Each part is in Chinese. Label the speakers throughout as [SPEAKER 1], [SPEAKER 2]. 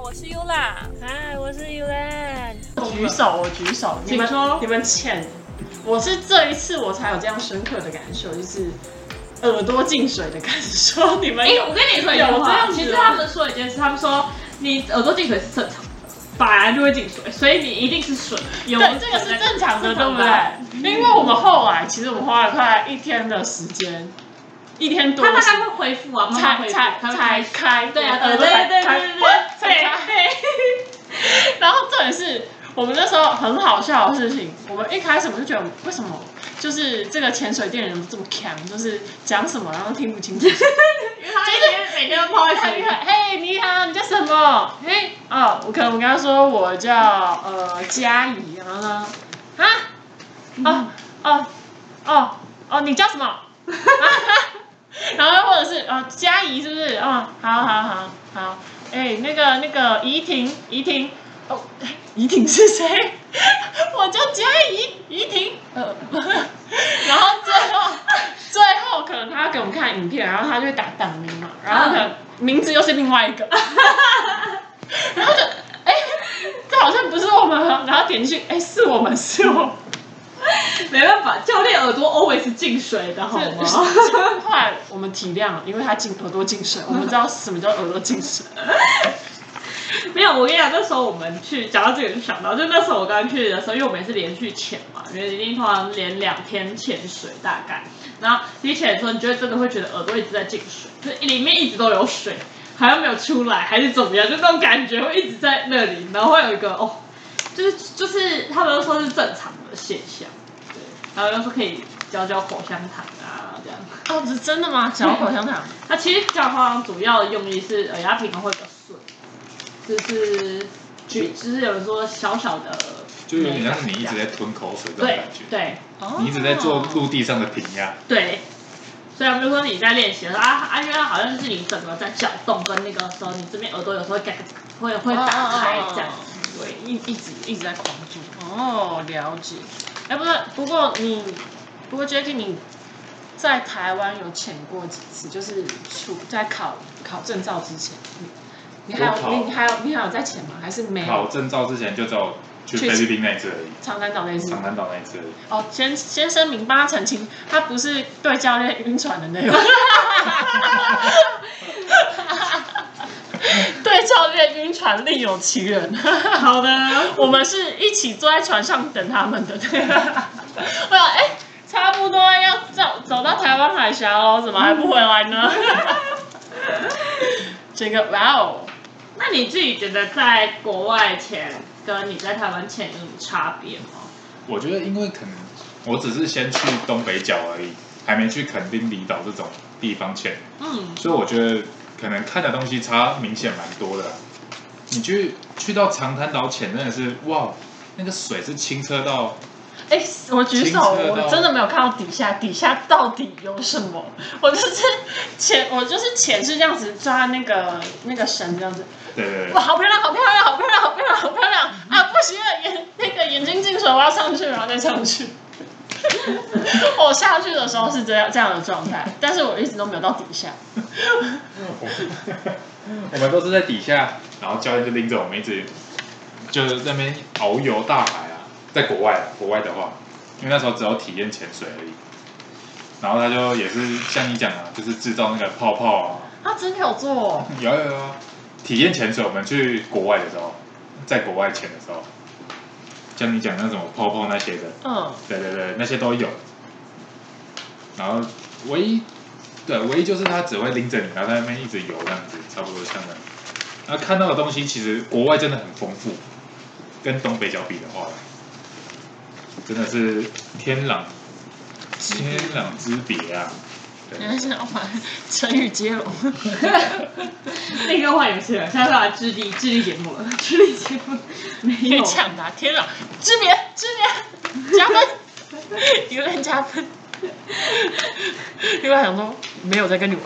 [SPEAKER 1] 我是 Yula。
[SPEAKER 2] 嗨，我是 Ulan。
[SPEAKER 3] 举手，举手，你们
[SPEAKER 2] 请说
[SPEAKER 3] 你们欠。我是这一次我才有这样深刻的感受，就是耳朵进水的感受。 你们
[SPEAKER 2] 哎、
[SPEAKER 3] 有？
[SPEAKER 2] 我跟你说一句
[SPEAKER 3] 有这
[SPEAKER 2] 话，
[SPEAKER 3] 样子
[SPEAKER 2] 其实他们说一件事，他们说你耳朵进水是正常的，本来就会进水，所以你一定是水。有
[SPEAKER 3] 对，这个是正常的，对不
[SPEAKER 2] 正常的
[SPEAKER 3] 对？因为我们后来其实我们花了快一天的时间，一天多
[SPEAKER 2] 他
[SPEAKER 3] 的
[SPEAKER 2] 大
[SPEAKER 3] 时
[SPEAKER 2] 概
[SPEAKER 3] 间
[SPEAKER 2] 会恢复啊，慢慢
[SPEAKER 3] 才
[SPEAKER 2] 恢复，
[SPEAKER 3] 才
[SPEAKER 2] 他会
[SPEAKER 3] 才
[SPEAKER 2] 开始。
[SPEAKER 3] 开，
[SPEAKER 2] 对啊
[SPEAKER 3] 耳
[SPEAKER 2] 对
[SPEAKER 3] 朵才
[SPEAKER 2] 对对
[SPEAKER 3] 开
[SPEAKER 2] 对对
[SPEAKER 3] 哇
[SPEAKER 2] 对 对
[SPEAKER 3] 才开。 然后重点是我们那时候很好笑的事情，我们一开始我们就觉得为什么就是这个潜水店人这么强，就是讲什么然后听不清楚，
[SPEAKER 2] 因为他一天每天都泡在
[SPEAKER 3] 他
[SPEAKER 2] 水
[SPEAKER 3] 一
[SPEAKER 2] 里
[SPEAKER 3] 看，嘿，你好，你叫什么？嘿，哦，我可能我跟他说我叫呃佳怡，然后呢，啊，哦哦哦哦，你叫什么？啊 然后或者是哦佳怡是不是？哦，好好好好，哎，那个那个怡婷，怡婷，哦，怡婷是谁？ 我叫佳怡，怡婷，呃， 然后最后。最后可能他给我们看影片，然后他就会打档名嘛，然后可能名字又是另外一个，然后就哎、这好像不是我们，然后点进去，哎、是我们是我们，
[SPEAKER 2] 没办法，教练耳朵 always 进水的好吗？
[SPEAKER 3] 是 后来我们体谅了，因为他进耳朵进水，我们知道什么叫耳朵进水，
[SPEAKER 2] 没有，我跟你讲，那时候我们去讲到这个就想到，就那时候我刚去的时候，因为我们也是连续潜嘛，因为一定通常连两天潜水大概，然后你潜的时候，你就会真的会觉得耳朵一直在进水，就是里面一直都有水，好像没有出来还是怎么样，就那种感觉会一直在那里，然后会有一个哦，就是就是他们都说是正常的现象，对，然后又说可以嚼嚼口香糖啊这样。
[SPEAKER 3] 哦，是真的吗？嚼口香糖，
[SPEAKER 2] 那其实讲话主要的用意是耳压平衡会比较顺，就是举，就是有人说小小的，
[SPEAKER 4] 就有点像是你一直在吞口水这种
[SPEAKER 2] 对
[SPEAKER 4] 感觉，
[SPEAKER 2] 对
[SPEAKER 3] 哦
[SPEAKER 4] 你一直在做陆地上的平压，
[SPEAKER 2] 对。所以他们就说你在练习的时候啊啊，因为好像是你整个在搅动跟那个时候，你这边耳朵有时候会嘎嘎嘎会会打开这样。
[SPEAKER 3] 对，一一直一直在狂做。哦，了解。哎、不是，不过你，不过 Jacky，你在台湾有潜过几次？就是出在考考证照之前，你你还
[SPEAKER 4] 我考
[SPEAKER 3] 有你你还有你还有在潜吗？还是
[SPEAKER 2] 嗯
[SPEAKER 3] 没
[SPEAKER 4] 考
[SPEAKER 3] 有？
[SPEAKER 4] 证照之前就只有去菲律宾那一次而已，
[SPEAKER 3] 长滩岛那一次
[SPEAKER 4] 长滩岛那一次而已。
[SPEAKER 3] 哦，先先声明，帮他澄清，他不是对教练晕船的 那种，对教练晕船另有其人。
[SPEAKER 2] 好的，
[SPEAKER 3] 我们是一起坐在船上等他们 的。对我想，哎、差不多要走走到台湾海峡喽，怎么还不回来 呢？这个哇哦，
[SPEAKER 2] 那你自己觉得在国外潜跟你在台湾潜有什么差别吗？
[SPEAKER 4] 我觉得因为可能我只是先去东北角而已，还没去垦丁离岛这种地方潜，
[SPEAKER 2] 嗯，
[SPEAKER 4] 所以我觉得可能看的东西差明显蛮多的啊。你去去到长滩岛潜真的是哇，那个水是清澈到
[SPEAKER 3] 哎、我举手，
[SPEAKER 4] 清澈到
[SPEAKER 3] 我真的没有看到底下，底下到底有什么？我就是潜，我就是潜是这样子抓那个那个绳这样子，
[SPEAKER 4] 对对
[SPEAKER 3] 哇，
[SPEAKER 4] 对，
[SPEAKER 3] 好漂亮，好漂亮，好漂亮，好漂亮，好漂亮啊！不行了，眼那个眼睛进水，我要上去，然后再上去。 我下去的时候是这样这样的状态，但是我一直都没有到底下。
[SPEAKER 4] 我们都是在底下，然后教练就拎着我们一直就是在那边遨游大海啊，在国外啊国外的话，因为那时候只有体验潜水而已。然后他就也是像你讲的，就是制造那个泡泡啊，
[SPEAKER 3] 啊，真的有做、哦，
[SPEAKER 4] 有有有，体验潜水，我们去国外的时候，在国外潜的时候，像你讲那什么泡泡那些的，
[SPEAKER 3] 嗯，
[SPEAKER 4] 对对对，那些都有。然后唯一，对，唯一就是他只会拎着你，然后在那边一直游这样子，差不多像那样。然后看到的东西，其实国外真的很丰富，跟东北角比的话，真的是天壤天壤之别啊！对，
[SPEAKER 3] 原来是要玩成语接 龙。
[SPEAKER 2] 那个话也是，现在把智力智力节目了，智力节目没
[SPEAKER 3] 可以
[SPEAKER 2] 有。
[SPEAKER 3] 抢答，天啊！知别知别，加分，有人加分。另外想说，没有在跟你玩。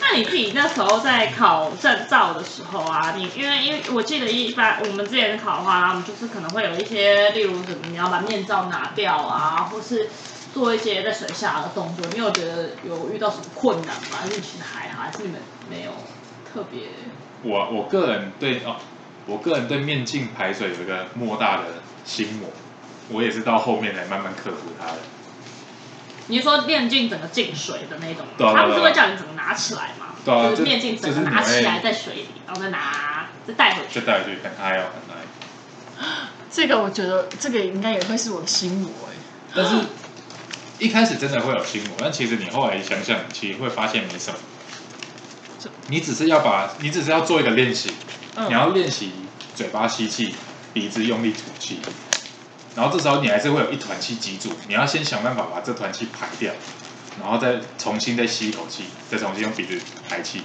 [SPEAKER 2] 那你自己那时候在考证照的时候啊，你因为因为我记得一般我们之前考的话，我们就是可能会有一些，例如什么你要把面罩拿掉啊，或是做一些在水下的动作。你有觉得有遇到什么困难吗？还是其实还好，还是你们没有特别
[SPEAKER 4] 我我个人对哦，我个人对面镜排水有一个莫大的心魔，我也是到后面才慢慢克服它的。
[SPEAKER 2] 你是说面镜整个进水的那种吗，
[SPEAKER 4] 对啊对啊
[SPEAKER 2] 他不是会叫你整个拿起来吗？
[SPEAKER 4] 对啊
[SPEAKER 2] 就是
[SPEAKER 4] 这
[SPEAKER 2] 面镜整个
[SPEAKER 4] 这是
[SPEAKER 2] 拿起
[SPEAKER 4] 你
[SPEAKER 2] 来
[SPEAKER 4] 会
[SPEAKER 2] 在水里，然后再拿再带回去。
[SPEAKER 4] 就带回去很嗨哦，很嗨。
[SPEAKER 3] 这个我觉得这个应该也会是我的心魔哎、
[SPEAKER 4] 但是一开始真的会有心魔，但其实你后来想想，其实会发现没什么
[SPEAKER 3] 这。
[SPEAKER 4] 你只是要把，你只是要做一个练习，
[SPEAKER 3] 嗯
[SPEAKER 4] 你要练习嘴巴吸气，鼻子用力吐气，然后这时候你还是会有一团气积住，你要先想办法把这团气排掉，然后再重新再吸一口气，再重新用鼻子排气。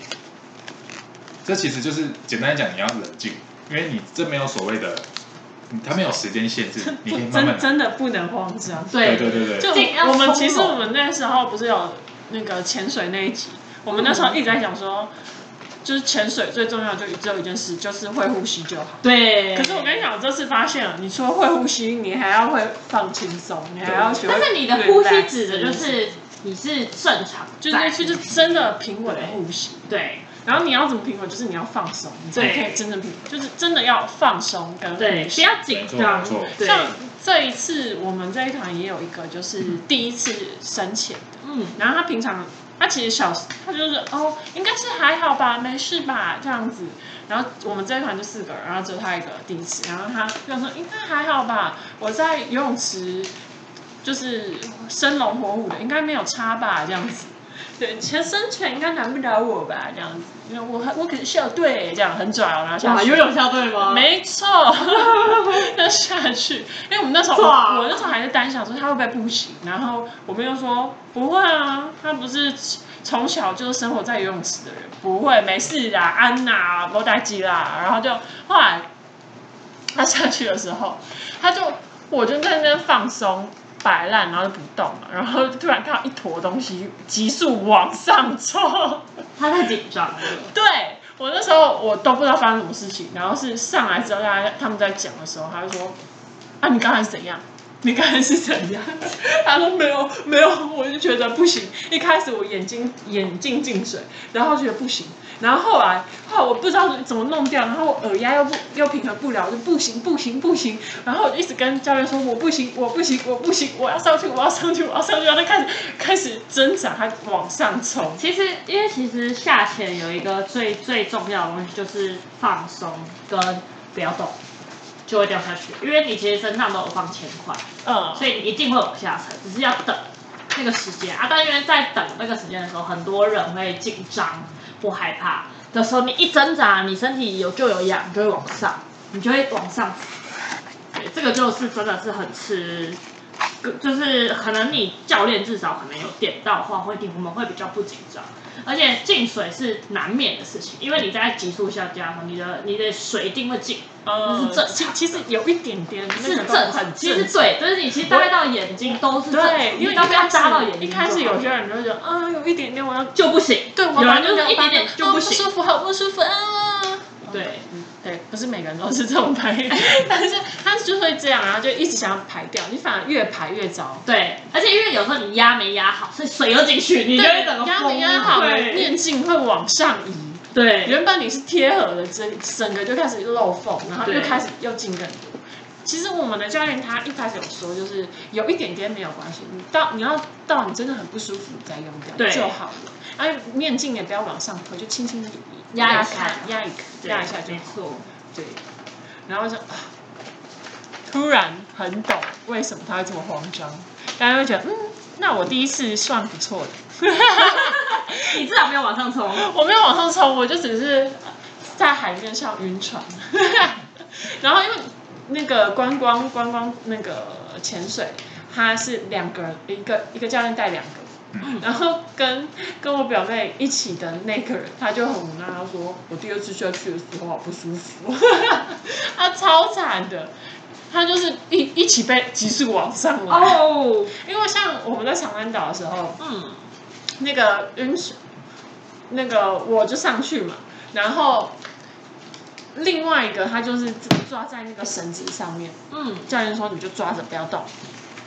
[SPEAKER 4] 这其实就是简单讲，你要冷静，因为你这没有所谓的，你它没有时间限制，你可以慢慢
[SPEAKER 1] 真
[SPEAKER 4] 来。
[SPEAKER 1] 真的不能慌张。
[SPEAKER 4] 对
[SPEAKER 2] 对
[SPEAKER 4] 对对对，
[SPEAKER 3] 就
[SPEAKER 2] 尽量
[SPEAKER 3] 我们
[SPEAKER 2] 丰
[SPEAKER 3] 其实
[SPEAKER 2] 隆
[SPEAKER 3] 我们那时候不是有那个潜水那一集，我们那时候一直在讲说，就是潜水最重要就只有一件事，就是会呼吸就好。
[SPEAKER 2] 对，
[SPEAKER 3] 可是我跟你讲，我这次发现了，你除了会呼吸，你还要会放轻松，你还要学会
[SPEAKER 2] 但
[SPEAKER 3] relax。
[SPEAKER 2] 是你的呼吸指的就是你是正常在，
[SPEAKER 3] 就是那次就真的平稳的呼吸。
[SPEAKER 2] 对
[SPEAKER 3] 然后你要怎么平稳？就是你要放松，你才可以真正平稳，就是真的要放松跟
[SPEAKER 2] 对，
[SPEAKER 3] 呼
[SPEAKER 2] 不
[SPEAKER 3] 吸
[SPEAKER 2] 要紧张
[SPEAKER 4] 没错没错，
[SPEAKER 2] 对，
[SPEAKER 3] 像这一次我们这一团也有一个，就是第一次深潜的，
[SPEAKER 2] 嗯，
[SPEAKER 3] 然后他平常他其实小他就是哦，应该是还好吧，没事吧这样子。然后我们这一团就四个人，然后只有他一个第一次，然后他就说应该还好吧，我在游泳池就是生龙活虎的，应该没有差吧这样子。对，全身全应该难不了我吧，这样子，因为我我可是校队，这样很拽哦，然后下
[SPEAKER 2] 哇，
[SPEAKER 3] 去
[SPEAKER 2] 游泳校队吗？，
[SPEAKER 3] 没错， 要下去，因为我们那时候我
[SPEAKER 2] 哇
[SPEAKER 3] 我那时候还在担心，想说他会不会不行，然后我们又说不会啊，他不是从小就生活在游泳池的人，不会没事啦，安啦，莫代基啦，然后就后来他下去的时候，他就我就在那边放松。摆烂，然后就不动了，然后突然看到一坨东西急速往上冲，
[SPEAKER 2] 他太紧张了，
[SPEAKER 3] 对我那时候我都不知道发生什么事情，然后是上来之后，大家他们在讲的时候，他就说：“啊，你刚才是怎样？你刚才是怎样？”他说：“没有，没有。”我就觉得不行。一开始我眼睛眼镜进水，然后觉得不行，然后后来后来我不知道怎么弄掉，然后我耳压又不又平衡不了，我就不行不行不行，然后我就一直跟教练说：“我不行，我不行，我不行，我要上去，我要上去，我要上去。”然后他开始开始挣扎，还往上冲。
[SPEAKER 2] 其实，因为其实下潜有一个最最重要的东西就是放松跟不要动，就会掉下去。因为你其实身上都有放千块，
[SPEAKER 3] 嗯，
[SPEAKER 2] 所以你一定会往下沉，只是要等那个时间啊。但因为在等那个时间的时候，很多人会紧张或害怕的时候，你一挣扎，你身体有就有氧，你就会往上，你就会往上。对，这个就是真的是很吃。就是可能你教练至少可能有点到的话，会我们会比较不紧张，而且进水是难免的事情，因为你在急速下降的时候，你的你的水一定会进，
[SPEAKER 3] 呃
[SPEAKER 2] 是正
[SPEAKER 3] 其
[SPEAKER 2] 常
[SPEAKER 3] 其实有一点点那
[SPEAKER 2] 是
[SPEAKER 3] 个
[SPEAKER 2] 正
[SPEAKER 3] 都很
[SPEAKER 2] 常，其实对，就是你其实大概到眼睛都是正常，
[SPEAKER 3] 对，因为
[SPEAKER 2] 你都不要
[SPEAKER 3] 一开始
[SPEAKER 2] 扎到眼睛
[SPEAKER 3] 一
[SPEAKER 2] 就好
[SPEAKER 3] 开始有些人就会觉得啊，有一点点我要，
[SPEAKER 2] 就不行，
[SPEAKER 3] 对我
[SPEAKER 2] 有
[SPEAKER 3] 把
[SPEAKER 2] 人
[SPEAKER 3] 那
[SPEAKER 2] 就
[SPEAKER 3] 个
[SPEAKER 2] 是一
[SPEAKER 3] 把
[SPEAKER 2] 点点
[SPEAKER 3] 那个
[SPEAKER 2] 就
[SPEAKER 3] 啊
[SPEAKER 2] 不
[SPEAKER 3] 不
[SPEAKER 2] 行，
[SPEAKER 3] 舒服，好不舒服啊。
[SPEAKER 2] 对，
[SPEAKER 3] 对，不是每个人都是这种反应， 但是他就会这样，然后就一直想要排掉，你反而越排越糟。
[SPEAKER 2] 对，而且因为有时候你压没压好，所以水又进去，你就会整个
[SPEAKER 3] 压
[SPEAKER 2] 崩
[SPEAKER 3] 没压好，
[SPEAKER 2] 溃
[SPEAKER 3] 面镜会往上移。
[SPEAKER 2] 对
[SPEAKER 3] 原本你是贴合的，整整个就开始漏缝，然后
[SPEAKER 2] 对
[SPEAKER 3] 又开始又进更多。其实我们的教练他一开始有说，就是有一点点没有关系，你到你要到你真的很不舒服，你再用掉
[SPEAKER 2] 对
[SPEAKER 3] 就好了。而且面镜也不要往上推，就轻轻的
[SPEAKER 2] 压一下
[SPEAKER 3] 下，压一
[SPEAKER 2] 对
[SPEAKER 3] 压一下就
[SPEAKER 2] 没
[SPEAKER 3] 好。
[SPEAKER 2] 错，
[SPEAKER 3] 对，然后就、啊突然很懂为什么他会这么慌张，大家会觉得嗯，那我第一次算不错的。
[SPEAKER 2] 你至少没有往上冲，
[SPEAKER 3] 我没有往上冲，我就只是在海面上晕船。 然后因为那个观光观光那个潜水，他是两个人，一个一个教练带两个，
[SPEAKER 4] 嗯
[SPEAKER 3] 然后跟跟我表妹一起的那个人，他就很无奈，他说我第二次下去的时候好不舒服， 他超惨的。他就是一一起被急速往上拉
[SPEAKER 2] 哦，
[SPEAKER 3] 因为像我们在长安岛的时候，
[SPEAKER 2] 嗯，
[SPEAKER 3] 那个晕水，那个我就上去嘛，然后另外一个他就是抓在那个绳子上面，
[SPEAKER 2] 嗯，
[SPEAKER 3] 教练说你就抓着不要动，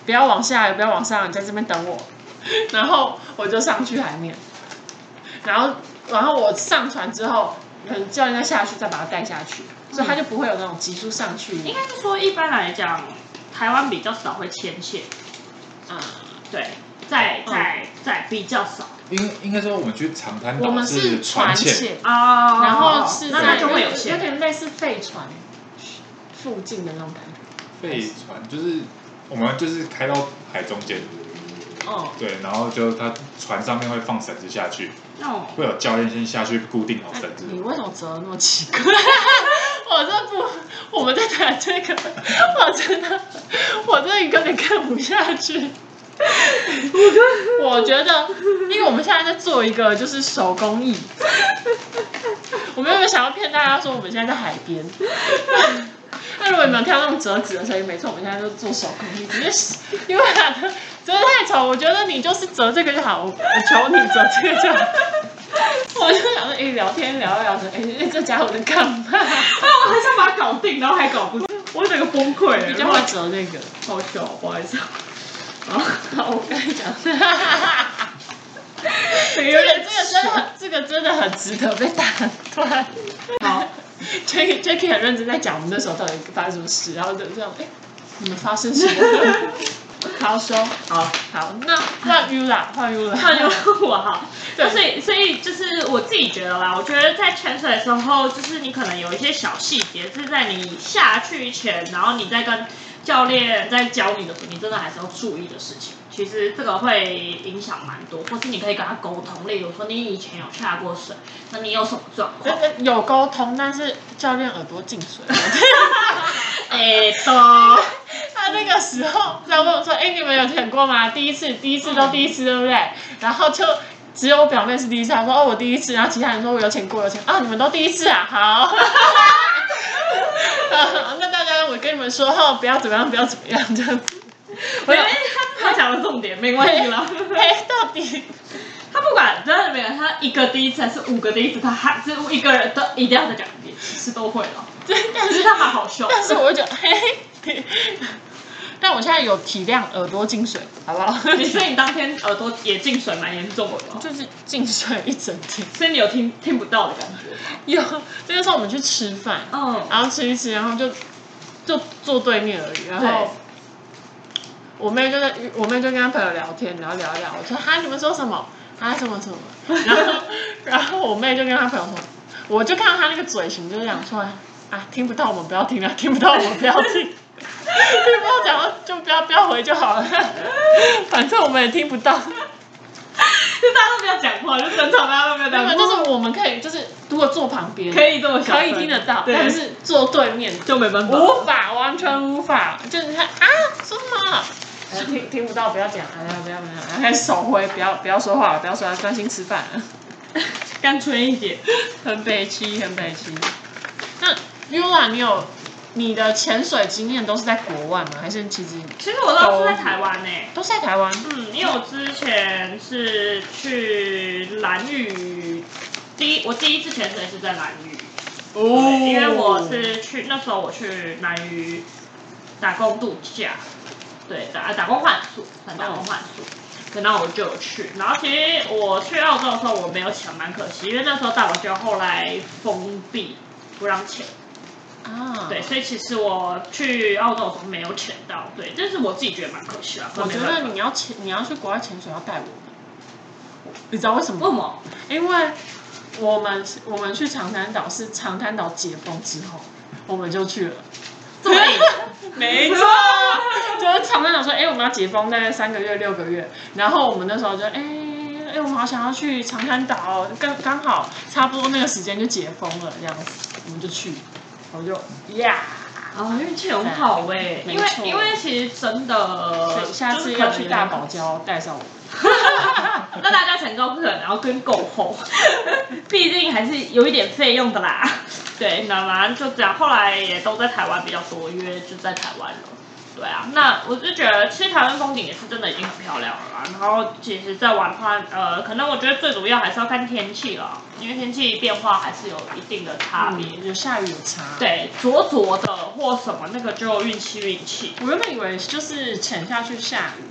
[SPEAKER 3] 不要往下，也不要往上，你在这边等我， 然后我就上去海面，然后然后我上船之后，可能叫人家下去再把它带下去，所以它就不会有那种急速上去。
[SPEAKER 2] 应该是说一般来讲，台湾比较少会牵线，
[SPEAKER 3] 啊，
[SPEAKER 2] 对，在
[SPEAKER 3] 嗯
[SPEAKER 2] 在在比较少
[SPEAKER 4] 应应该说我们去长滩
[SPEAKER 3] 我
[SPEAKER 4] 岛
[SPEAKER 3] 们是
[SPEAKER 4] 船
[SPEAKER 3] 船
[SPEAKER 4] 潜，
[SPEAKER 3] 潜，
[SPEAKER 2] 哦
[SPEAKER 3] 然后是
[SPEAKER 2] 那
[SPEAKER 3] 在
[SPEAKER 2] 它就会有
[SPEAKER 3] 有
[SPEAKER 2] 线，
[SPEAKER 3] 点类似废船附近的那种感觉。
[SPEAKER 4] 废船就是我们就是开到海中间，
[SPEAKER 3] 哦，
[SPEAKER 4] 对，然后就它船上面会放绳子下去，
[SPEAKER 2] 哦，
[SPEAKER 4] 会有教练先下去固定好绳子。
[SPEAKER 3] 哎你为什么折得那么奇怪？ 我这不，我们在谈这个，我真的，我真的有点看不下去。我觉得，因为我们现在在做一个就是手工艺，我们有没有想要骗大家说我们现在在海边？那如果你们有听到那种折纸的声音，没错，我们现在都做手工艺，直接 因为懒得折的太丑，我觉得你就是折这个就好，我我求你折这个就好。 我就想说，哎、聊天聊一聊着，哎、这家伙在干嘛？
[SPEAKER 2] 那啊我很想把它搞定，然后还搞不定，我整个崩溃了，
[SPEAKER 3] 比较会折那个，
[SPEAKER 2] 好糗，不好意 思啊，好，
[SPEAKER 3] 我跟你 讲，这个这个真的很， 这个真的很值得被打断。
[SPEAKER 2] 好，
[SPEAKER 3] Jacky Jacky 很认真在讲我们那时候到底发生什么事，然后就这样，哎、你们发生什么？ 好说，
[SPEAKER 2] 好。
[SPEAKER 3] 好，那换 U 啦，换 U 啦，
[SPEAKER 2] 那就我哈，
[SPEAKER 3] 对
[SPEAKER 2] 所以所以就是我自己觉得啦，我觉得在潜水的时候，就是你可能有一些小细节是在你下去前，然后你在跟教练在教你的时候，你真的还是要注意的事情。其实这个会影响蛮多，或是你可以跟他沟通，例如说你以前有下过水，那你有什么状 况？
[SPEAKER 3] 呃有沟通，但是教练耳朵进水了。
[SPEAKER 2] 哎，都
[SPEAKER 3] 他那个时候在问我说：“哎、你们有舔过吗？第一次，第一次都第一次，对不对？”然后就只有我表妹是第一次，她说：“哦，我第一次。”然后其他人说：“我有舔过，有舔。”啊，你们都第一次啊，好。啊那大家，我跟你们说哦，不要怎么样，不要怎么样，这样子。我
[SPEAKER 2] 我以
[SPEAKER 3] 有
[SPEAKER 2] 为他他讲了重点，没关系啦。
[SPEAKER 3] 哎，到底
[SPEAKER 2] 他不管真的没有，他一个第一次还是五个第一次，他还是一个人都一定要再讲一遍，其实都会了。 但是他蛮好笑的，
[SPEAKER 3] 但是我就觉得，嘿，但我现在有体谅耳朵进水，好 不好？
[SPEAKER 2] 你所以你当天耳朵也进水蛮严重的吗？
[SPEAKER 3] 就是进水一整天。
[SPEAKER 2] 所以你有听听不到的感觉吗？
[SPEAKER 3] 有，这就是我们去吃饭，
[SPEAKER 2] 嗯
[SPEAKER 3] 然后吃一吃，然后就就坐对面而已。然
[SPEAKER 2] 对
[SPEAKER 3] 后我妹就在，我妹就跟她朋友聊天，然后聊一聊，我说哈，你们说什么？啊，什么什么？然 后然后我妹就跟她朋友说，我就看到她那个嘴型，就想说啊，听不到我们不要听啊，听不到我们不要听。 听不到讲话就不要不要回就好了， 反正我们也听不到。
[SPEAKER 2] 就大家都不要讲话，就整场大家都啊不要
[SPEAKER 3] 那
[SPEAKER 2] 讲话，
[SPEAKER 3] 个就是我们可以，就是如果坐旁边
[SPEAKER 2] 可以这么小
[SPEAKER 3] 可
[SPEAKER 2] 声
[SPEAKER 3] 以听得到，
[SPEAKER 2] 对
[SPEAKER 3] 但是坐对面
[SPEAKER 2] 就没办法，
[SPEAKER 3] 无法，完全无法，就是你看啊，说什么？听听不到，不要讲，哎呀，不要不要，然后开始手挥，不要不要说话了，不要说话，专心吃饭，
[SPEAKER 2] 干脆一点。
[SPEAKER 3] 很悲戚，很悲戚。那 Yula，你有你的潜水经验都是在国外吗？还是其实
[SPEAKER 2] 其实我倒是在台湾呢、
[SPEAKER 3] 都是在台湾？
[SPEAKER 2] 嗯，因为我之前是去蓝屿，第一我第一次潜水是在蓝屿，
[SPEAKER 3] 哦
[SPEAKER 2] 对因为我是去那时候我去南屿打工度假，对打打工换宿，算打工换宿。对然后我就有去，然后其实我去澳洲的时候我没有潜，蛮可惜，因为那时候大堡礁后来封闭不让潜，
[SPEAKER 3] 啊，
[SPEAKER 2] 对，，所以其实我去澳洲的时候没有潜到，对，但是我自己觉得蛮可惜啊。可
[SPEAKER 3] 我
[SPEAKER 2] 能
[SPEAKER 3] 觉
[SPEAKER 2] 没办
[SPEAKER 3] 得
[SPEAKER 2] 法
[SPEAKER 3] 你要潜，你要去国外潜水要带我们，你知道为什么
[SPEAKER 2] 为什
[SPEAKER 3] 吗？
[SPEAKER 2] 么？
[SPEAKER 3] 因为我们我们去长滩岛是长滩岛解封之后，我们就去了。
[SPEAKER 2] 这么硬
[SPEAKER 3] 没错，就是厂商讲说，哎、我们要解封大概三个月、六个月，然后我们那时候就，哎、哎、我们好想要去长滩岛哦，刚刚好差不多那个时间就解封了，这样子，我们就去，我就呀
[SPEAKER 2] 啊，运气很好哎、
[SPEAKER 3] 没
[SPEAKER 2] 因为
[SPEAKER 3] 错
[SPEAKER 2] 因为其实真的
[SPEAKER 3] 所以，下次
[SPEAKER 2] 要
[SPEAKER 3] 要去大堡礁带上我们。
[SPEAKER 2] 那大家成功不可能，然后跟够厚， 毕竟还是有一点费用的啦。对，那反正就这样，后来也都在台湾比较多，因为就在台湾了。对啊，那我就觉得，其实台湾风景也是真的已经很漂亮了啦。然后其实，在玩的话，呃，可能我觉得最主要还是要看天气了，因为天气变化还是有一定的差别。
[SPEAKER 3] 嗯有下雨有差。，
[SPEAKER 2] 对，灼灼的或什么那个就运气运气。
[SPEAKER 3] 我原本以为就是潜下去下雨，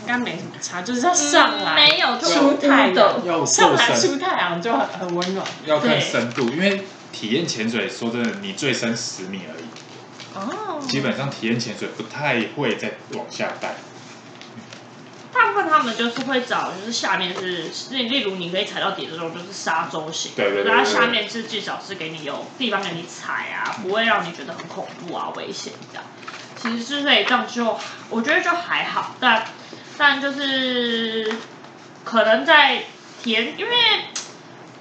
[SPEAKER 3] 应该没什么差，就是要上来，
[SPEAKER 2] 嗯没有
[SPEAKER 3] 出
[SPEAKER 2] 出
[SPEAKER 3] 太
[SPEAKER 2] 太的，
[SPEAKER 4] 要够
[SPEAKER 3] 上来
[SPEAKER 4] 深，
[SPEAKER 3] 出太阳就很很温暖。
[SPEAKER 4] 要看
[SPEAKER 2] 对
[SPEAKER 4] 深度，因为体验潜水说真的，你最深十米而已，
[SPEAKER 3] 哦，
[SPEAKER 4] 基本上体验潜水不太会再往下带。
[SPEAKER 2] 大部分他们就是会找，就是下面是，例例如你可以踩到底的时候，就是沙洲型，
[SPEAKER 4] 对对对对
[SPEAKER 2] 然后下面是至少是给你有地方给你踩啊，不会让你觉得很恐怖啊、危险这样。其实之类这样就，我觉得就还好，但但就是可能在体验，因为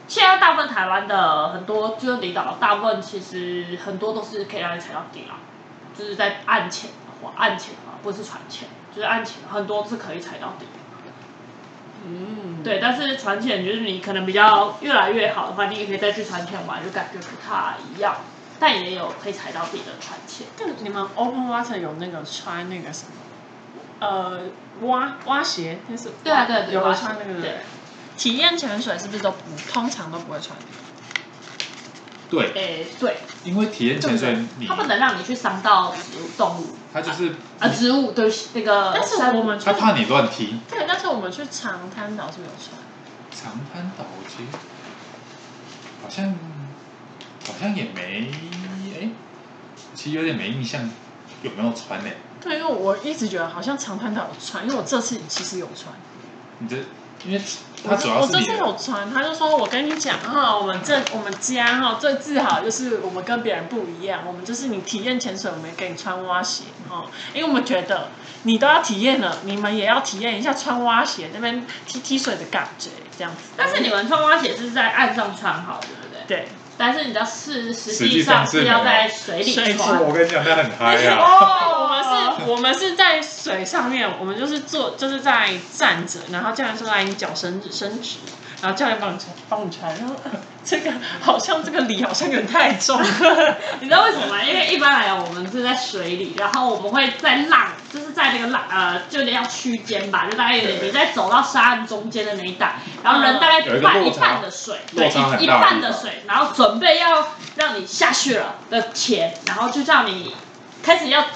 [SPEAKER 2] 现在大部分台湾的很多就是离岛，大部分其实很多都是可以让你踩到底啦，就是在岸潜或岸潜啊，不是船潜，就是岸潜，很多是可以踩到底的。
[SPEAKER 3] 嗯，
[SPEAKER 2] 对，但是船潜就是你可能比较越来越好的话，你也可以再去船潜玩，就感觉不太一样。但也有可以踩到底的船潜，
[SPEAKER 3] 但你们 open water 有那个穿那个什么，呃，蛙蛙鞋，那是
[SPEAKER 2] 对啊对啊对啊
[SPEAKER 3] 有
[SPEAKER 2] 蛙鞋
[SPEAKER 3] 穿那个
[SPEAKER 2] 对
[SPEAKER 3] 体验潜水是不是都不通常都不会穿？
[SPEAKER 2] 呃
[SPEAKER 4] 对，
[SPEAKER 2] 诶，对，
[SPEAKER 4] 因为体验潜水你
[SPEAKER 2] 它不能让你去伤到植物动物
[SPEAKER 4] 他就是
[SPEAKER 2] 啊，植物对不起那个
[SPEAKER 3] 但是
[SPEAKER 2] 珊瑚
[SPEAKER 3] 我们去
[SPEAKER 4] 他怕你乱踢。
[SPEAKER 3] 对，但是我们去长滩岛是不是有穿？
[SPEAKER 4] 长滩岛其实好像好像也没哎、其实有点没印象有没有穿呢、
[SPEAKER 3] 对，因为我一直觉得好像长滩岛有穿，因为我这次其实有穿。
[SPEAKER 4] 你这因为它
[SPEAKER 3] 我
[SPEAKER 4] 主
[SPEAKER 3] 这
[SPEAKER 4] 要
[SPEAKER 3] 我
[SPEAKER 4] 是
[SPEAKER 3] 这
[SPEAKER 4] 你
[SPEAKER 3] 次
[SPEAKER 4] 的
[SPEAKER 3] 有传，他就说我跟你讲哈，我们这我们家哈最自豪就是我们跟别人不一样，我们就是你体验潜水，我们给你穿蛙鞋哈，因为我们觉得你都要体验了，你们也要体验一下穿蛙鞋那边踢踢水的感觉这样子。
[SPEAKER 2] 但是你们穿蛙鞋是在岸上穿好，对不对？
[SPEAKER 3] 对，
[SPEAKER 2] 但是你知道是实
[SPEAKER 4] 实际
[SPEAKER 2] 际
[SPEAKER 4] 上
[SPEAKER 2] 上
[SPEAKER 4] 是
[SPEAKER 2] 是
[SPEAKER 4] 没有
[SPEAKER 2] 要在水
[SPEAKER 3] 水
[SPEAKER 2] 里
[SPEAKER 3] 里
[SPEAKER 2] 穿，
[SPEAKER 4] 我跟你讲，那很嗨 啊！
[SPEAKER 3] 哦， 我们是，我们是在水上面，我们就是坐，就是在站着，然后教练说来，你脚伸直伸直，然后教练帮你穿，帮你穿，然后 呃这个好像这个礼好像有点太重，
[SPEAKER 2] 你知道为什么吗？因为一般来讲，我们是在水里，然后我们会在浪，就是在那个浪，呃，就有点像区间吧，就大概有点
[SPEAKER 4] 对
[SPEAKER 2] 你在走到沙岸中间的那一带，然后人大概
[SPEAKER 4] 有一个
[SPEAKER 2] 半
[SPEAKER 4] 落
[SPEAKER 2] 一
[SPEAKER 4] 差
[SPEAKER 2] 半的水，
[SPEAKER 4] 落
[SPEAKER 2] 对，
[SPEAKER 4] 差很
[SPEAKER 2] 一一
[SPEAKER 4] 大的地
[SPEAKER 2] 半
[SPEAKER 4] 方
[SPEAKER 2] 的水，然后准备要让你下去了的前，然后就叫你开始要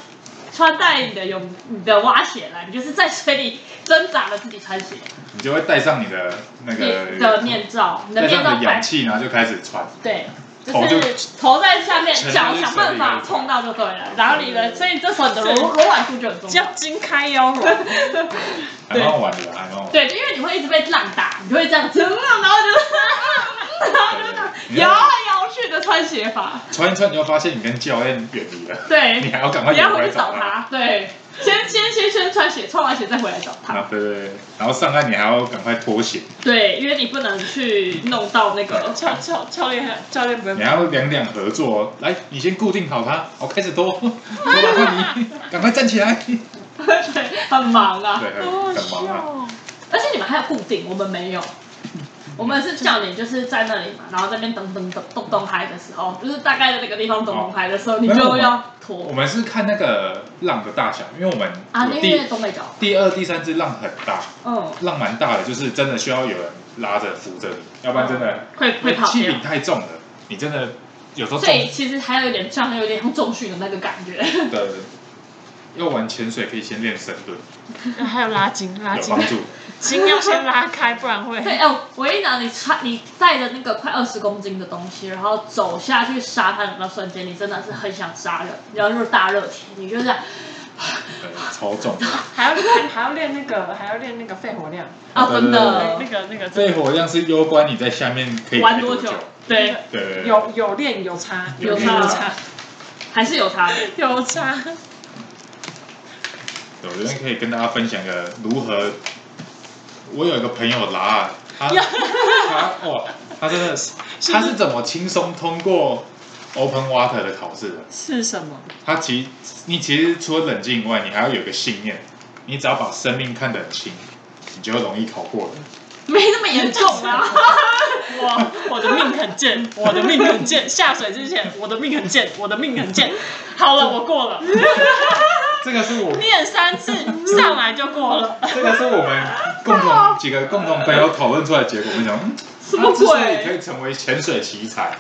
[SPEAKER 2] 穿戴你的泳你的蛙鞋了，你就是在水里挣扎着自己穿鞋，
[SPEAKER 4] 你就会戴上你的那
[SPEAKER 2] 你的
[SPEAKER 4] 个
[SPEAKER 2] 面罩，你的
[SPEAKER 4] 戴
[SPEAKER 2] 面
[SPEAKER 4] 上
[SPEAKER 2] 罩
[SPEAKER 4] 你的
[SPEAKER 2] 摆
[SPEAKER 4] 氧气，然后就开始穿。
[SPEAKER 2] 对，
[SPEAKER 4] 头就
[SPEAKER 2] 就是头在下面，
[SPEAKER 4] 沉
[SPEAKER 2] 脚
[SPEAKER 4] 在
[SPEAKER 2] 想
[SPEAKER 4] 水
[SPEAKER 2] 办
[SPEAKER 4] 里
[SPEAKER 2] 法
[SPEAKER 4] 面
[SPEAKER 2] 碰到就对了。然后你的，所以这时候你的
[SPEAKER 3] 是
[SPEAKER 2] 柔柔软度就很重要。
[SPEAKER 3] 叫筋开腰软。
[SPEAKER 4] 还蛮好玩的啦，还蛮好玩的。
[SPEAKER 2] 对，因为你会一直被浪打，你就会这样子，嗯然后就是，然后就
[SPEAKER 4] 对
[SPEAKER 2] 摇来摇去的穿鞋法。
[SPEAKER 4] 穿一穿你就发现你跟教练远离了，
[SPEAKER 2] 对，
[SPEAKER 4] 你还要赶快
[SPEAKER 2] 你要
[SPEAKER 4] 游回
[SPEAKER 2] 回
[SPEAKER 4] 来
[SPEAKER 2] 去找
[SPEAKER 4] 他。
[SPEAKER 2] 他。 对，先先先先穿鞋，穿完鞋再回来找他。
[SPEAKER 4] 啊，对对对，然后上岸你还要赶快脱鞋，
[SPEAKER 2] 对，因为你不能去弄到那个。
[SPEAKER 3] 教教教练教练不会
[SPEAKER 4] 你还要两两合作哦。来，你先固定好它，我开始脱，然后你赶快站起 来。
[SPEAKER 2] 对，很忙啊。
[SPEAKER 4] 对，
[SPEAKER 3] 好好
[SPEAKER 4] 很很忙
[SPEAKER 3] 笑
[SPEAKER 4] 啊。
[SPEAKER 3] 哦。
[SPEAKER 2] 而且你们还有固定，我们没有。我们是叫你就是在那里嘛，然后在那边咚咚咚咚咚嗨的时候，就是大概在那个地方咚咚嗨的时候，你就要
[SPEAKER 4] 我
[SPEAKER 2] 拖
[SPEAKER 4] 们是看那个浪的大小，因为我们
[SPEAKER 2] 啊，
[SPEAKER 4] 有
[SPEAKER 2] 那
[SPEAKER 4] 第
[SPEAKER 2] 边东北角，
[SPEAKER 4] 第二、第三只浪很大，
[SPEAKER 2] 嗯，
[SPEAKER 4] 浪蛮大的，就是真的需要有人拉着扶着你，要不然真的
[SPEAKER 2] 嗯会会跑
[SPEAKER 4] 气
[SPEAKER 2] 掉
[SPEAKER 4] 饼。太重了，你真的有时候重
[SPEAKER 2] 所以其实还有一点像有点像重训的那个感觉，
[SPEAKER 4] 的。要玩潜水可以先练深蹲，
[SPEAKER 3] 还有拉筋拉
[SPEAKER 2] 啊
[SPEAKER 4] 有
[SPEAKER 3] 筋
[SPEAKER 4] 帮，助。
[SPEAKER 3] 筋要先拉开，不然会。
[SPEAKER 2] 对，哦，我跟你讲，你穿你带着那个快二十公斤的东西，然后走下去沙滩的那瞬间，你真的是很想杀人，然后就是大热天，你就是这样
[SPEAKER 4] 对，呃超重的。
[SPEAKER 3] 还要练还要练那个还要练那个肺活量，
[SPEAKER 2] 啊，
[SPEAKER 4] 对
[SPEAKER 2] 真
[SPEAKER 4] 对
[SPEAKER 2] 的
[SPEAKER 3] 那个那个
[SPEAKER 4] 肺活量是攸关你在下面可以
[SPEAKER 2] 玩
[SPEAKER 4] 待
[SPEAKER 2] 多
[SPEAKER 4] 久
[SPEAKER 2] 久。？对，
[SPEAKER 4] 对对对，
[SPEAKER 3] 有有练有差
[SPEAKER 2] 有
[SPEAKER 4] 差
[SPEAKER 3] 差
[SPEAKER 2] 还是有差的。
[SPEAKER 3] 有差，
[SPEAKER 4] 对我这边可以跟大家分享个如何。我有一个朋友啦，他他哇，他真 的是
[SPEAKER 3] 是
[SPEAKER 4] 他是怎么轻松通过 Open Water 的考试的？
[SPEAKER 3] 是什么？
[SPEAKER 4] 他其实你其实除了冷静以外，你还要有一个信念，你只要把生命看得很轻，你就容易考过的。
[SPEAKER 2] 没那么严重啊。
[SPEAKER 3] 我我的命很贱，我的命很贱。下水之前，我的命很贱，我的命很贱。好了，我过了，
[SPEAKER 4] 这个是我
[SPEAKER 3] 练三次，上来就过了。
[SPEAKER 4] 这个是我 们共同几个共同朋友讨论出来的结果。我们想，嗯
[SPEAKER 2] 啊 什么
[SPEAKER 4] 他之所以
[SPEAKER 2] 鬼
[SPEAKER 4] 可以成为潜水奇才，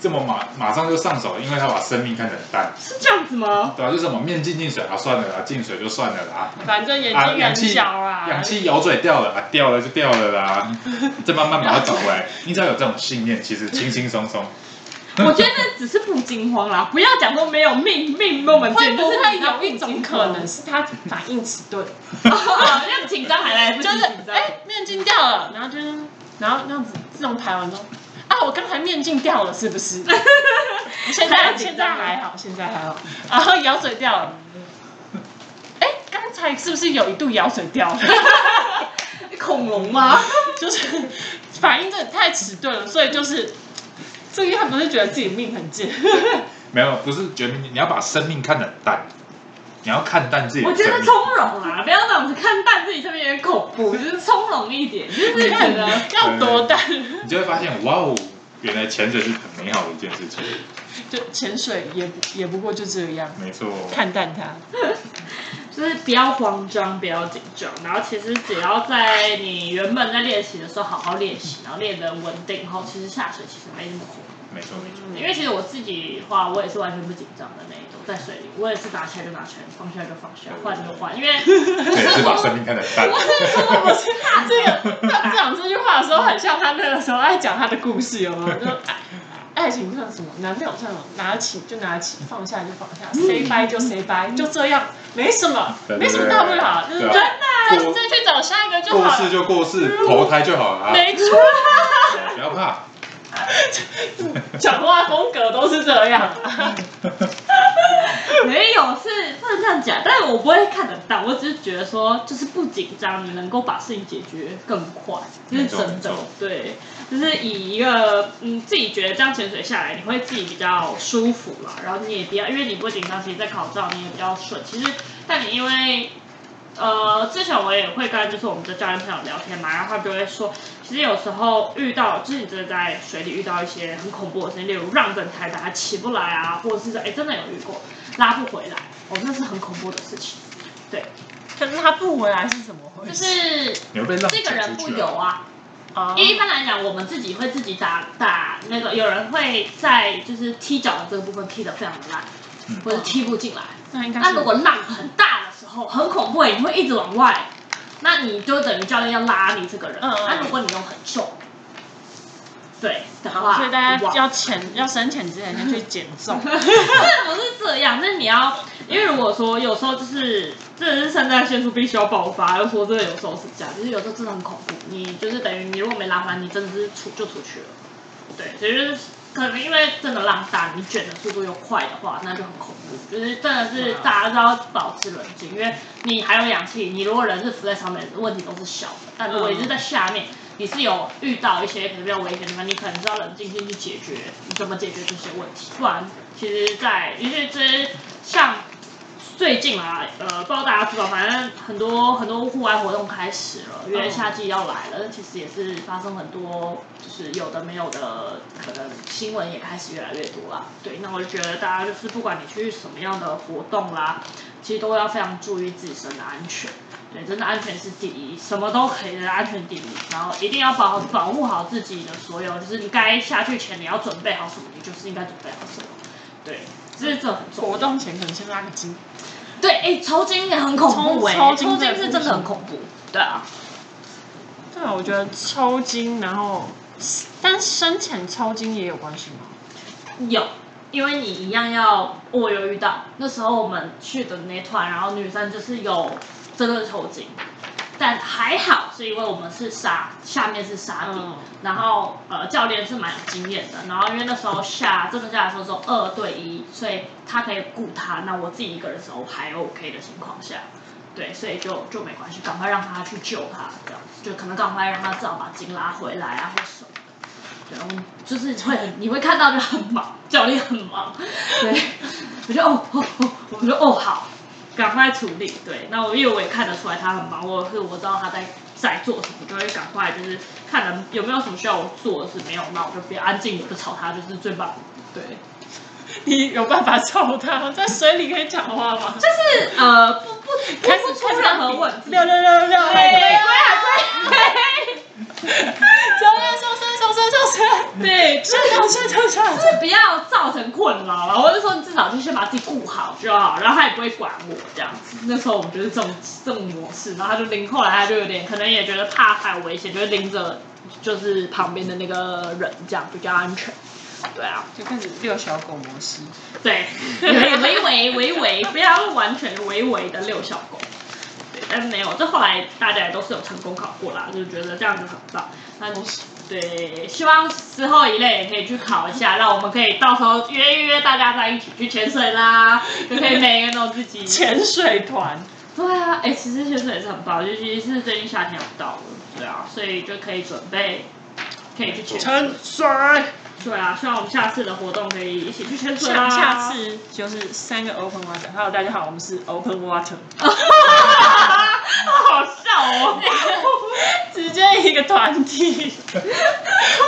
[SPEAKER 4] 这么马马上就上手，因为他把生命看得很淡，
[SPEAKER 2] 是这样子吗？
[SPEAKER 4] 对吧、就什么面镜进水啊，算了啦，进水就算了啦，
[SPEAKER 3] 反正眼
[SPEAKER 4] 啊
[SPEAKER 3] 睛
[SPEAKER 4] 氧
[SPEAKER 3] 很
[SPEAKER 4] 气
[SPEAKER 3] 小啊，
[SPEAKER 4] 氧气咬嘴掉了啊，掉了就掉了啦， 再慢慢把它找回来。你只要有这种信念，其实轻轻松松。
[SPEAKER 2] 我觉得那只是不惊慌啦，不要讲说没有命命那么
[SPEAKER 3] 会
[SPEAKER 2] 见，
[SPEAKER 3] 不
[SPEAKER 2] 就是
[SPEAKER 3] 会
[SPEAKER 2] 你要
[SPEAKER 3] 有一种
[SPEAKER 2] 不惊
[SPEAKER 3] 可
[SPEAKER 2] 慌
[SPEAKER 3] 能是他反应迟钝，
[SPEAKER 2] 啊那紧张还来不及
[SPEAKER 3] 就是
[SPEAKER 2] 紧张，
[SPEAKER 3] 哎面镜掉了，然后就是然后那样子自动排完之后，啊我刚才面镜掉了是不是？ 现在现在还好，现在还好， 然后咬嘴掉了，哎刚才是不是有一度咬嘴掉了？
[SPEAKER 2] 恐龙吗？
[SPEAKER 3] 就是反应真的太迟钝了，所以就是这个他不是觉得自己命很贱，
[SPEAKER 4] 没有，不是觉得你你要把生命看得很淡，你要看淡自己
[SPEAKER 2] 我
[SPEAKER 4] 的
[SPEAKER 2] 觉
[SPEAKER 4] 生
[SPEAKER 2] 得
[SPEAKER 4] 命。
[SPEAKER 2] 从容啦，不要这样子看淡自己，这边有点恐怖，就是从容一点，就是觉得
[SPEAKER 3] 要多淡？
[SPEAKER 4] 你就会发现，哇哦，原来潜水是很美好的一件事情。
[SPEAKER 3] 就潜水也也不过就这样，
[SPEAKER 4] 没错，
[SPEAKER 3] 看淡它。
[SPEAKER 2] 就是不要慌张，不要紧张，然后其实只要在你原本在练习的时候好好练习，然后练得稳定后，其实下水其实没那么恐怖。
[SPEAKER 4] 没错，没错。
[SPEAKER 2] 因为其实我自己的话，我也是完全不紧张的那一种，在水里我也是拿起来就拿起来，放下就放下，换就换，因为
[SPEAKER 4] 这也是把生命看得很 淡。
[SPEAKER 3] 我是他这个他讲这句话的时候，很像他那个时候在讲他的故事，有没有？就爱爱情像什么，男朋友像什么，拿起就拿起，放下就放下，say bye 就 say bye，就这样，没什么，
[SPEAKER 4] 对对对
[SPEAKER 3] 没什么大不了，就是
[SPEAKER 4] 对啊
[SPEAKER 3] 真的，
[SPEAKER 4] 过
[SPEAKER 3] 再去找下一个就
[SPEAKER 4] 过
[SPEAKER 3] 好
[SPEAKER 4] 世
[SPEAKER 3] 了。
[SPEAKER 4] 就过世，投胎就好了啊，
[SPEAKER 3] 没错，
[SPEAKER 4] 不要怕。
[SPEAKER 3] 讲话风格都是这样。
[SPEAKER 2] 没有是不能这样讲，但是我不会看得到，我只是觉得说就是不紧张，你能够把事情解决更快，这是真
[SPEAKER 4] 没
[SPEAKER 2] 的
[SPEAKER 4] 错。
[SPEAKER 2] 对，就是以一个嗯自己觉得这样潜水下哎来，你会自己比较舒服啦，然后你也比较因为你不紧张，其实在考照你也比较顺。其实但你因为呃，之前我也会跟就是我们的教练朋友聊天嘛，然后他就会说，其实有时候遇到就是你真的在水里遇到一些很恐怖的事情，例如让人太大起不来啊，或者是说哎真的有遇过拉不回来，哦那是很恐怖的事情。对，
[SPEAKER 3] 可是他不回来是怎么回
[SPEAKER 2] 就
[SPEAKER 3] 事？
[SPEAKER 2] 是
[SPEAKER 4] 你会被浪
[SPEAKER 2] 这个人
[SPEAKER 4] 卷
[SPEAKER 2] 不
[SPEAKER 4] 出去
[SPEAKER 2] 游
[SPEAKER 4] 啊。
[SPEAKER 2] 啊，
[SPEAKER 3] 啊
[SPEAKER 2] 因为一般来讲，我们自己会自己打打那个，有人会在就是踢脚的这个部分踢得非常的烂，
[SPEAKER 4] 嗯
[SPEAKER 2] 或者踢不进来。
[SPEAKER 3] 那应该
[SPEAKER 2] 那
[SPEAKER 3] 是
[SPEAKER 2] 如果浪很大的时候，很恐怖，欸你会一直往外，那你就等于教练要拉你这个人。
[SPEAKER 3] 嗯嗯
[SPEAKER 2] 那如果你又很重，对的
[SPEAKER 3] 好，
[SPEAKER 2] 话，
[SPEAKER 3] 所以大家
[SPEAKER 2] 哇
[SPEAKER 3] 要潜要深潜之前先去减重。
[SPEAKER 2] 不是这样，那你要，因为如果说有时候就是真的是肾上腺素必须要爆发，又说真的有时候是这样，就是有时候真的很恐怖，你就是等于你如果没拉完，你真的是出就出去了，对，所以就是可能因为真的浪大，你卷的速度又快的话，那就很恐怖，就是真的是大家都要保持冷静，因为你还有氧气，你如果人是浮在上面，问题都是小的，但如果呃你是在下面。你是有遇到一些可能比较危险的地方，你可能是要冷静性去解决，你怎么解决这些问题？不然，其实在，因为这些像最近啊，呃，不知道大家知道，反正很多很多户外活动开始了，因为夏季要来了，其实也是发生很多就是有的没有的，可能新闻也开始越来越多啦。对，那我就觉得大家就是不管你去什么样的活动啦，其实都要非常注意自身的安全。对，真的安全是第一，什么都可以的安全第一，然后一定要保保护好自己的所有，就是你该下去前你要准备好什么，你就是应该准备好什么，对，这是这很重要。
[SPEAKER 3] 活动前可能先拉个筋，
[SPEAKER 2] 对，哎、抽筋也很恐怖哎、
[SPEAKER 3] 抽抽筋
[SPEAKER 2] 抽筋
[SPEAKER 3] 对
[SPEAKER 2] 是真的很恐怖。对啊，
[SPEAKER 3] 对啊，我觉得抽筋，然后但深潜抽筋也有关系吗？
[SPEAKER 2] 有，因为你一样要，我有遇到，那时候我们去的那团，然后女生就是有真的抽筋，但还好是因为我们是沙，下面是沙地，
[SPEAKER 3] 嗯
[SPEAKER 2] 然后呃教练是蛮有经验的，然后因为那时候下真的下来的时候只有二对一，所以他可以顾他，那我自己一个人是还 OK 的情况下，对，所以就就没关系，赶快让他去救他，这样子就可能赶快让他至少把筋拉回来啊，或什么的。对，我们就是会很你会看到就很忙，教练很忙，对， 我就哦哦哦，我就哦好，赶快处理。对，那我因为我也看得出来他很忙，我是我知道他在在做什么，就会赶快就是看能有没有什么需要我做的事，没有那我就比较安静，我就吵他，就是最棒。对，
[SPEAKER 3] 你有办法抽它？在水里可以讲话吗？
[SPEAKER 2] 就是呃不不不
[SPEAKER 3] 开始
[SPEAKER 2] 不出任何问题，
[SPEAKER 3] 六
[SPEAKER 2] 啊
[SPEAKER 3] 六六六六，
[SPEAKER 2] 对，
[SPEAKER 3] 海
[SPEAKER 2] 对
[SPEAKER 3] 龟，
[SPEAKER 2] 啊对。
[SPEAKER 3] 哎九月说伸手跳车跳车，
[SPEAKER 2] 对，就
[SPEAKER 3] 跳跳车跳车。
[SPEAKER 2] 是不要造成困扰了。我就说你至少就先把自己顾好就好，然后他也不会管我这样子。那时候我们就是这种这种模式，然后他就拎，后来他就有点可能也觉得怕太危险，就拎着就是旁边的那个人这样比较安全。对啊，
[SPEAKER 3] 就开始遛小狗模式。
[SPEAKER 2] 对，微微微微，不要完全微微的遛小狗。对，但是没有，这后来大家也都是有成功考过啦，就觉得这样子很棒。那对，希望之后一类也可以去考一下， 让我们可以到时候约一约大家在一起去潜水 啦，就可以每个人都有自己。
[SPEAKER 3] 潜水团，
[SPEAKER 2] 对啊，哎、其实潜水也是很棒，尤其是最近夏天要到了，对啊，所以就可以准备，可以去潜水。
[SPEAKER 3] 潜水。
[SPEAKER 2] 对啊，希望我们下次的活动可以一起去潜水啦。
[SPEAKER 3] 下下次就是三个 open water。Hello，大家好，我们是 open water，
[SPEAKER 2] 好笑哦！
[SPEAKER 3] 直接一个团 体，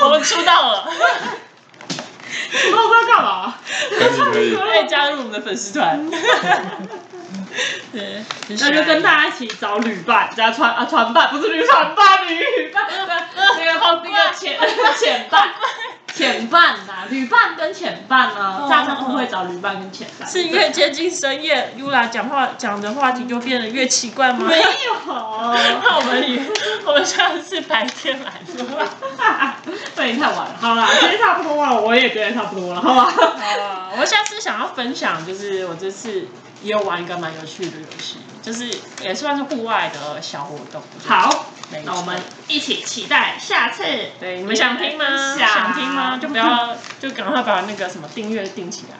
[SPEAKER 3] 我们出道了，
[SPEAKER 2] 你不知道干嘛？
[SPEAKER 4] 可以可以，
[SPEAKER 3] 可以加入我们的粉丝 团。对，
[SPEAKER 2] 那就跟大家一起找旅伴，加船啊船伴，不是旅船伴，旅伴，那个放那 个潜潜伴，潜伴呐，旅伴跟潜伴呢
[SPEAKER 3] 哦，
[SPEAKER 2] 大家都会找旅伴跟潜伴，
[SPEAKER 3] 是 越接近深夜，Yula 讲话讲的话题就变得越奇怪吗？
[SPEAKER 2] 没有。
[SPEAKER 3] 那我们也，我们下次白天来说吧。
[SPEAKER 2] 对，太晚了，好 啦，今天差不多了，我也觉得差不多了，好吧？
[SPEAKER 3] 好啊，我下次想要分享，就是我这次也有玩一个蛮有趣的游戏，就是也算是户外的小活动。
[SPEAKER 2] 好，
[SPEAKER 3] 没错，
[SPEAKER 2] 那我们一起期待下次。
[SPEAKER 3] 对你们想听吗？
[SPEAKER 2] 想
[SPEAKER 3] 想听吗？就不要，就赶快把那个什么订阅订起来。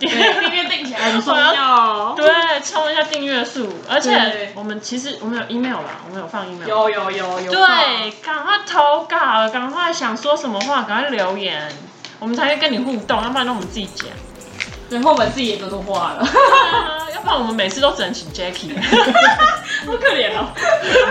[SPEAKER 2] 对，订阅订起来很重
[SPEAKER 3] 我要
[SPEAKER 2] 要哦。
[SPEAKER 3] 对，冲一下订阅数，而且
[SPEAKER 2] 对
[SPEAKER 3] 我们其实我们有 email 吧，我们有放 email。
[SPEAKER 2] 有有有有。
[SPEAKER 3] 对，赶快投稿，啊赶快想说什么话，赶快留言，我们才会跟你互动，要不然都我们自己 讲。
[SPEAKER 2] 最后我们自己也都化了，
[SPEAKER 3] 啊要不然我们每次都只能请 Jackie。
[SPEAKER 2] 好可怜 哦。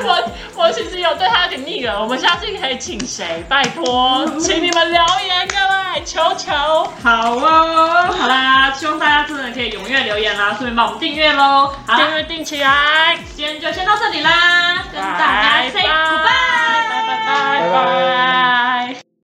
[SPEAKER 3] 我我其实有对他有点腻了，我们下次可以请谁？拜托，请你们留言，各位，求求。
[SPEAKER 2] 好哦，好啦，希望大家真的可以踊跃留言啦，顺便帮我们订阅喽。好
[SPEAKER 3] 订
[SPEAKER 2] 啦，
[SPEAKER 3] 阅定起来，
[SPEAKER 2] 今天就先到这里啦，跟大家 say
[SPEAKER 3] 拜拜
[SPEAKER 2] goodbye。
[SPEAKER 3] 拜拜拜
[SPEAKER 4] 拜
[SPEAKER 3] 拜。